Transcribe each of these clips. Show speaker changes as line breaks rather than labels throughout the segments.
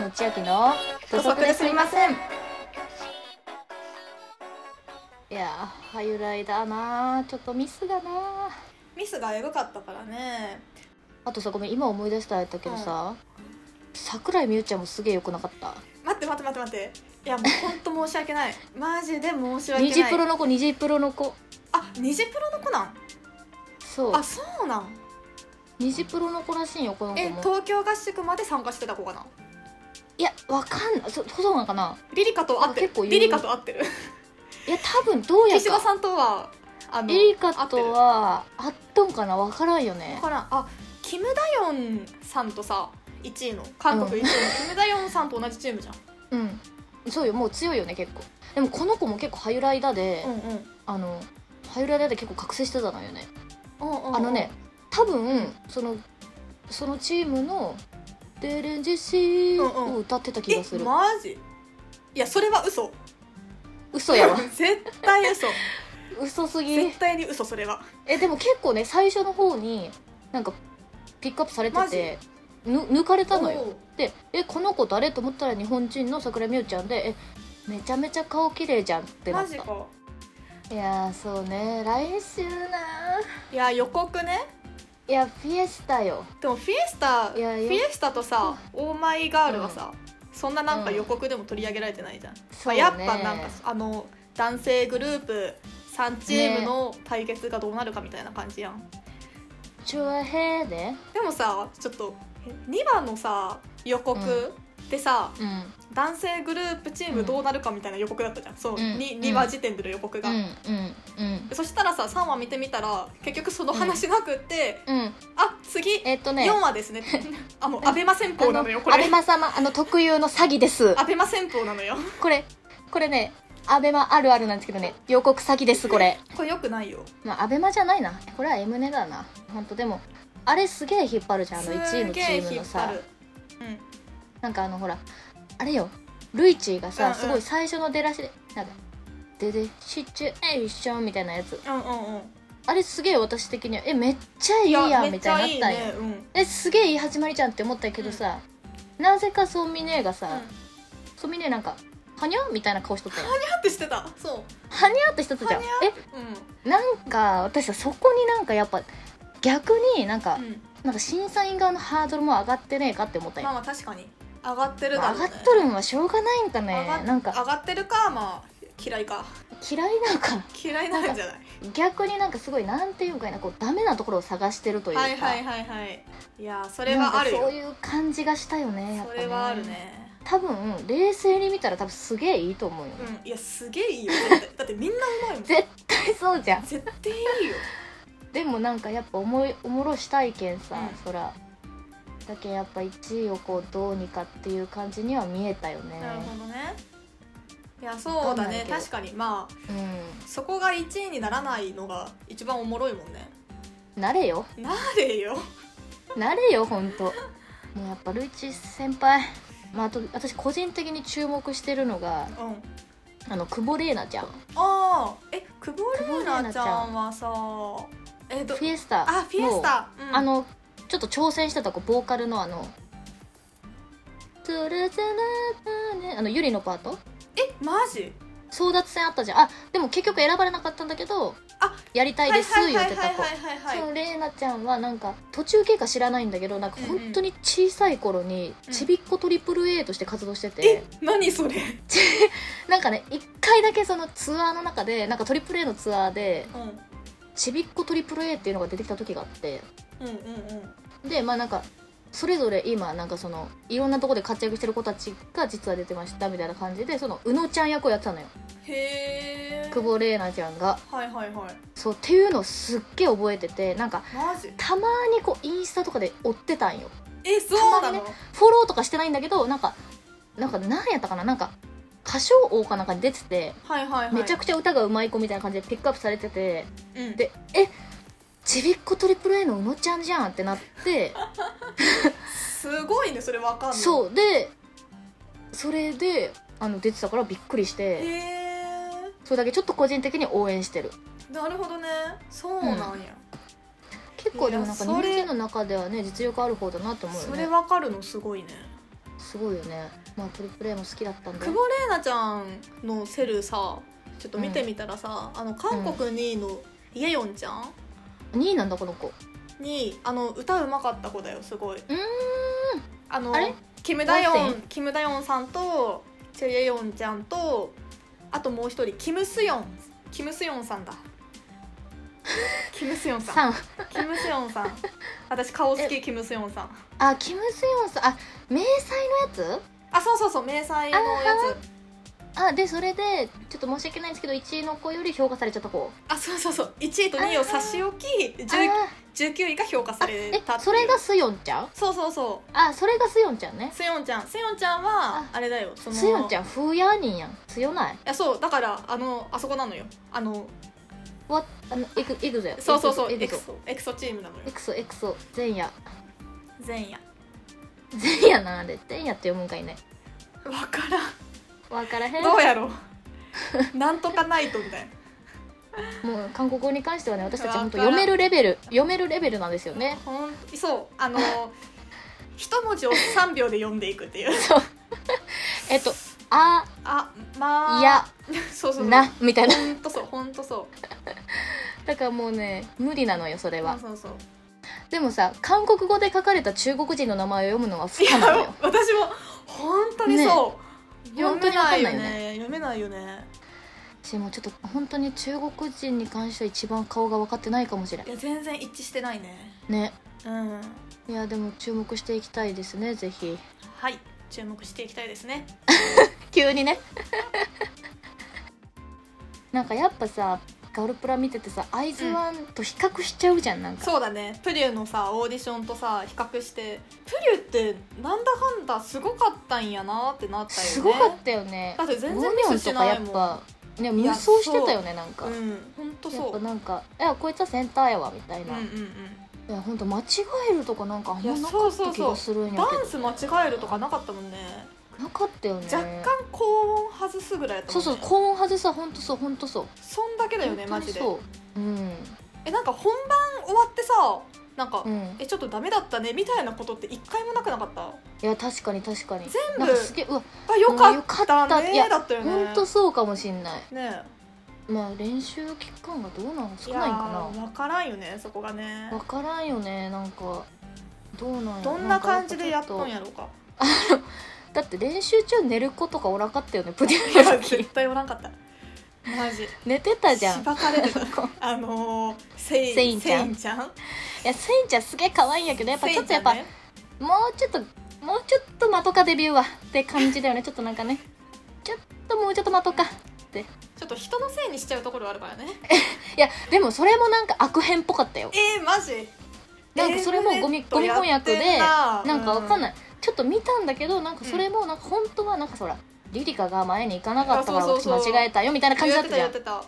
のちあきの土足ですみませんいやーはゆらいだなーちょっとミスだなー
ミスがエグかったからね
あとさごめん今思い出したやったけどさ、桜井美羽ちゃんもすげえ良くなかった
待って待って待って待っていやもう本当申し訳ないマジで申し訳ない
ニジプロの子ニジプロの子
あニジプロの子なん
そう
あそうなん
ニジプロの子らしいよこの子
え
も
東京合宿まで参加してた子かない
やわかんないそそうなんかな
リリカと会って
あ結構
る
有
リリカと会ってる
いや多分どうや
岸場
か
さんとはあの
エリカ
会ってる
とはあっとんかなわからんよ
わ
ね
からんあキム・ダヨンさんとさ1位の韓国1位のキム・ダヨンさんと同じチームじゃ ん、
うんそうよもう強いよね結構でもこの子も結構ハユライダで、
うんうん
あのハユライダで結構覚醒してたのよね、
うんうん
あのね多分そのそのチームの「デレンジシー」
うんうん
を歌ってた気
え
がする、
マジいやそれは嘘
嘘やわ
絶対嘘
嘘すぎ
絶対に嘘それは
えでも結構ね最初の方になんかピックアップされててぬ抜かれたのよでえこの子誰と思ったら日本人の桜美羽ちゃんでえめちゃめちゃ顔綺麗じゃんってな
マ
っ
ジ
た
か
いやーそうね来週ない
や予告ね
いやフィエスタよ
でもフィエスタ
いやよ
フィエスタとさオーマイガールはさ、そんななんか予告でも取り上げられてないじゃん、
そ
まあ
う、ね、
やっぱなんかあの男性グループ3チームの対決がどうなるかみたいな感じやん、
チュアヘーね
でもさちょっと2番のさ予告でさ、
うん
男性グループチームどうなるかみたいな予告だったじゃん、そううん 2,
うん
2話時点での予告
う
が、
んうんうん
そしたらさ3話見てみたら結局その話なくって、
うん
あ次、
えっとね
4話ですねあもうアベマ戦
あ
法
の
なのよこ
ア
れ
ベマ様あの特有の詐欺です
アベマ戦法なのよ
これこれねアベマあるあるなんですけどね予告詐欺ですこれ
これよくないよ
まあアベマじゃないなこれは M ネだな本当でもあれすげえ引っ張るじゃんあの1位のチームの
す
さ
げえ引っ
なんかあのほらあれよルイチーがさ、
うんうん
すごい最初の出だしでなんか「ででシチュエーション」みたいなやつ
張るうんうんうんうん
あれすげえ私的にはえめっちゃいいやんみたいになったんよ、
ねうんうん
えすげえいい始まりじゃんって思ったけどさ、なぜかソンミネーがさ、
だ
ソンミネーなんか「はにゃ?」みたいな顔しとったよ
ってしてたそ
はにゃってしとったじゃん
は
え
う
なんか私はそこになんかやっぱ逆になんか、
うん、うん、
なんか審査員側のハードルも上がってねえかって思ったよ、
まあまあ確かに上がってる
ま
だ
あ
ろう
上
ね
がっとるんはしょうがないんか
上が
ね
っ
なんか
上がってるかまあ嫌いか
嫌いなんか
嫌いなんじゃない
逆になんかすごいなんていうかいなこうダメなところを探してるというか、
はいはいはいはいいやーそれはある
なんか
よ
そういう感じがしたよねやっぱ
そ
ね
れはあるね
多分冷静に見たら多分すげえいいと思うよ、
うんいやすげえい いよだってだってみんなうまいもん
絶対 そうじゃん
絶対いいよ
でもなんかやっぱおもいおもろしたいけんさ、
うん
そらだけんやっぱ1位をこうどうにかっていう感じには見えたよね
なるほどねいやそうだね
わかんないけど
確かにまあ
う
そこが1位にならないのが一番おもろいもんね
んなれよ
なれよ
なれよほんともうやっぱルイチ先輩まあ、あと私個人的に注目してるのが
うん
あの久保玲奈ちゃん
あーえ久保
久保
玲
玲奈ち
奈ち
ゃ
ゃ
ん
んはさえど
フィエスタ
あフィエスタ、うん、
あのちょっと挑戦してた子ボーカルのあの「トゥルトゥルトゥル」あのユリのパート
えマジ
争奪戦あったじゃんあでも結局選ばれなかったんだけど
あ
やりた
はいいは
で
い
す
はい
言
は
っ
い
てた子
はいはい
そ
はい
の玲奈ちゃんはなんか途中経過知らないんだけどなんか本当に小さい頃に
うん
ちびっこ AAA として活動してて、
何 それ
なんかね一回だけそのツアーの中でなんか AAA のツアーで
うん
ちびっこ AAA っていうのが出てきた時があって
うんうんうん
でまあなんかそれぞれ今なんかそのいろんなとこで活躍してる子たちが実は出てましたみたいな感じでその宇野ちゃん役をやってたのよ
へえ
久保玲奈ちゃんが
はいはいはい
そうっていうのをすっげえ覚えててなんか
マジ
たまにこうインスタとかで追ってたんよ
えそうな
たまに
の、
ねフォローとかしてないんだけどなんかなんか何やったかななんか歌唱王かなんかに出てて
はいはいはい
めちゃくちゃ歌がうまい子みたいな感じでピックアップされてて
うん、
でえちびっこ AAA の宇野ちゃんじゃんってなって
すごいねそれわかんない
そうでそれであの出てたからびっくりして
へえ
それだけちょっと個人的に応援してる
なるほどねそうなんや、
結構でもなんか日本
いや
人
それ
の中ではね実力ある方だなと思うよ
それ
ね
わかるのすごいね
すごいよねまあトリプル A も好きだったんで
久保玲奈ちゃんのセルさちょっと見てみたらさ、あの韓国2位のイェヨンちゃん
2位なんだこの子
にあの歌うまかった子だよすごい
ーん
あの
あれ
キム・ダヨ
ワッセ
ンキム・ダヨンさんとチェ・イェヨンちゃんとあともう一人キム・スヨンキム・スヨンさん だキム・スヨンさん
3
キム・スヨンさん私顔好きキム・スヨンさん
あキム・スヨンさんあ迷彩のやつ
あそうそうそう迷彩のやつ
あでそれでちょっと申し訳ないんですけど1位の子より評価されちゃった子
あそうそうそう1位と2位を差し置き
あー
10 19位が評価さ
あ
れ
え
たっていう
それがスヨンちゃん
そうそうそう
あそれがスヨンちゃんね
スヨンちゃんスヨンちゃんはあれだよその
スヨンち
い
ゃんフーヤーニンやん強ない
やそうだからあのあそこなのよあの
わあのエグエグゼ
そうそうそう
エグ
エ
ゾ
クソエクソチームなのよ
エクソエクソ前夜
前夜
前夜なんで前夜って読むんかいね
わからん
わからへん
どうやろ うなんとかないとみたいな
もう韓国語に関してはね私たち
わから
本
ん
当読めるレベル読めるレベルなんですよね
ほんそう あの一文字を3秒で読んでいくっていう
えっと「あ
あまあ
や
そうそうそう
な」みたいな
ほんとそうほんとそう
だからもうね無理なのよそれは
そうそう
でもさ韓国語で書かれた中国人の名前を読むのは不
いや
可なのよ
私も本当にそう、
ね
読
本当
めないよ
にわかん
ね
ない
読めないよね
私もうちょっと本当に中国人に関しては一番顔が分かってないかもしれん
いや全然一致してないね
ね
うん
いやでも注目していきたいですねぜひ
はい注目していきたいですね
急にね なんかやっぱさガルプラ見ててさアイズワンと比較しちゃうじゃんなんか
そうだねプリュのさオーディションとさ比較してプリュってなんだかんだすごかったんやなってなったよね
すごかったよね
だって全
ゴ
然
ニ
ミ
ョン
ス
と
し
か
な
や
い
っ
もん
ぱね無
いや
双してたよねなんか、
う
や
ん本当
っ
そう
ぱ
うんうん
なんか「いやこいつはセンターやわ」みたいな、
う
いやほんと間違えるとかなんかあん
んいや
まなか
そう
った
そう
気が
そ
するん
う
や
ダ
けど
ンス間違えるとかなかったもんね
なかったよね
若干高音外すぐらいだった
そ
も
うんそ
ね
う高音外さほんとそうほんとそう
そんだけだよねマ
本当
ジ
に
で
そううん
えなんか本番終わってさなんか、
うん
えちょっとダメだったねみたいなことって一回もなくなかった
いや確かに確かに
全部
なんかすげえうわ
あよか
うんよかった
った
い
ね
や
だったよね
ほんとそうかもしんない
ね
まあ練習期間がどうなの
え
少ないんか
やーわからんよねそこがね
なわからんよねなんかどうなんや
どんな感じでやっとん
や
やろうか
だって練習中寝る子とかおらんかったよねプデ
い
ィア
や
の時
絶対おらんかったマジ
寝てたじゃんい
しばかれてた あのー、セイ
セインちゃん
セインちゃん
やセインちゃんすげえ可愛いんやけどやっぱちょっと
セ
や
イン
っ
ちゃ
ぱ、
んね
もうちょっともうちょっとまとかデビューはって感じだよねちょっ となんかねちょっともうちょっとまとか
ちょっと人のせいにしちゃうところあるからね
いやでもそれもなんか悪変っぽかったよ
えー、マジ
なんかそれもゴミ,、
えー
ゴミ翻訳
やって
で
んな
なんかわかん
い、
ない、ちょっと見たんだけどなんかそれもなんか本当はなんかそらリリカが前に行かなかったから
あそう
私
そうそう
間違えたよみたいな
うん、
感じだ
やっ
ってたじゃ
たやっ
ん
てた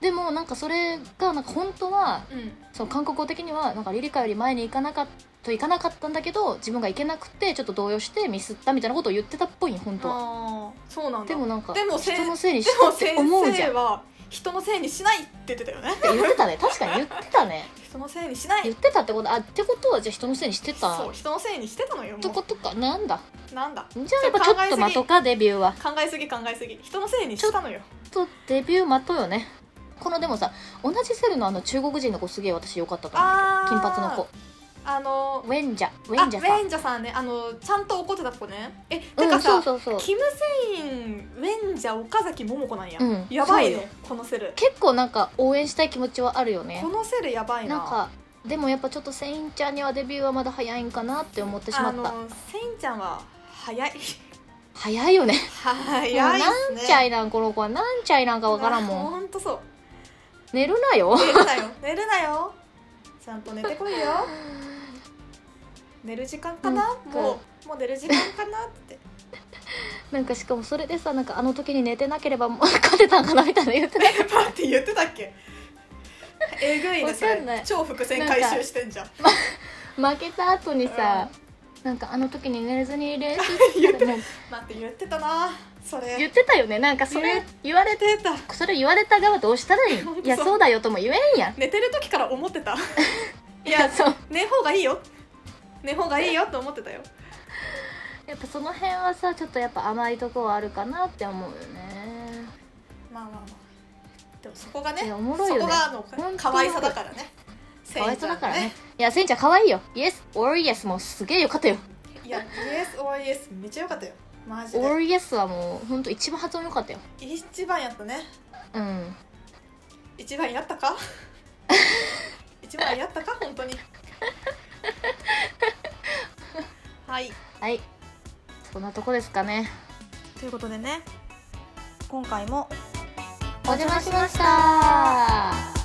でもなんかそれがなんか本当は
うん
その韓国語的にはなんかリリカより前に行かなかったと行かなかったんだけど自分が行けなくてちょっと動揺してミスったみたいなことを言ってたっぽいよ本当は
あーそうなんだ
でもなんか
でもせ
人のせいにし
で
た
も
って
先
思うじゃん
生は人のせいにしないって言ってたよね
って 言ってたね確かに言ってたね
人のせいにしない
言ってたってことあってことはじゃあ人のせいにしてた
そう人のせいにしてたのよ
と
も
ことかなんだ
うなんだ
じゃあやっぱちょっとまとかデビューは
考えすぎ考えすぎ人のせいにしたのよ
ちょっとデビューまとよねこのでもさ同じセルのあの中国人の子すげえ私良かったと思う
あー
金髪の子
あの
ウェンジャウ
ウ
ェンジャ
あ
さ
ウ
ん
ェンジャさんねあのちゃんと怒ってた子ねえて
う
か
んそ
さ
うそうそう
キム・セインウェンジャ岡崎桃子なんや、
うん
やばい
そうよ
ねこのセル
結構なんか応援したい気持ちはあるよね
このセルやばいな
なんかでもやっぱちょっとセインちゃんにはデビューはまだ早いんかなって思ってしま
あ
った
のセインちゃんは 早い
早いよね
早いっ
もうなん
すね
ちゃいなんこの子はなんちゃいなんかわからんもん
ほんとそう
寝るなよ
寝るなよ寝るなよちゃんと寝てこいよ寝る時間かな、
うん
もうもう寝る時間かなって
なんかしかもそれでさなんかあの時に寝てなければもう 勝てたんかなみたいな言ってた
えパーって言ってたっけえぐい
わ
ねそ
か
れ
んない
超伏線回収してんじゃん
負けた後にさ、なんかあの時に寝れずに練習し
言 ってて
もう
待って言ってたなそれ
言ってたよねなんかそれ
ね
言われて
言ってた
それ言われた側どうしたらいい
本当
いやそうだよとも言えんやん
寝てる時から思ってたい
いや
や
そう
寝方がいいよ寝方がいいよと思ってたよ
やっぱその辺はさちょっとやっぱ甘いとこはあるかなって思うよね
まあまあまあでもそこがね
いやおもろいよね
そこがあの
本当に
可愛さだからね
かわいそうだから
せんちゃん
ねいやせんちゃんかわいいよイエスオーイエスもすげえよかったよ
いや「イエス・オア・イエス」めっちゃ良かったよマジ
オ
で
ーイエスはもうほんと一番発音よかったよ
一番やったね
うん
一番やったか一番やったか本当にはい
はいそんなとこですかね
ということでね今回も
お邪魔しました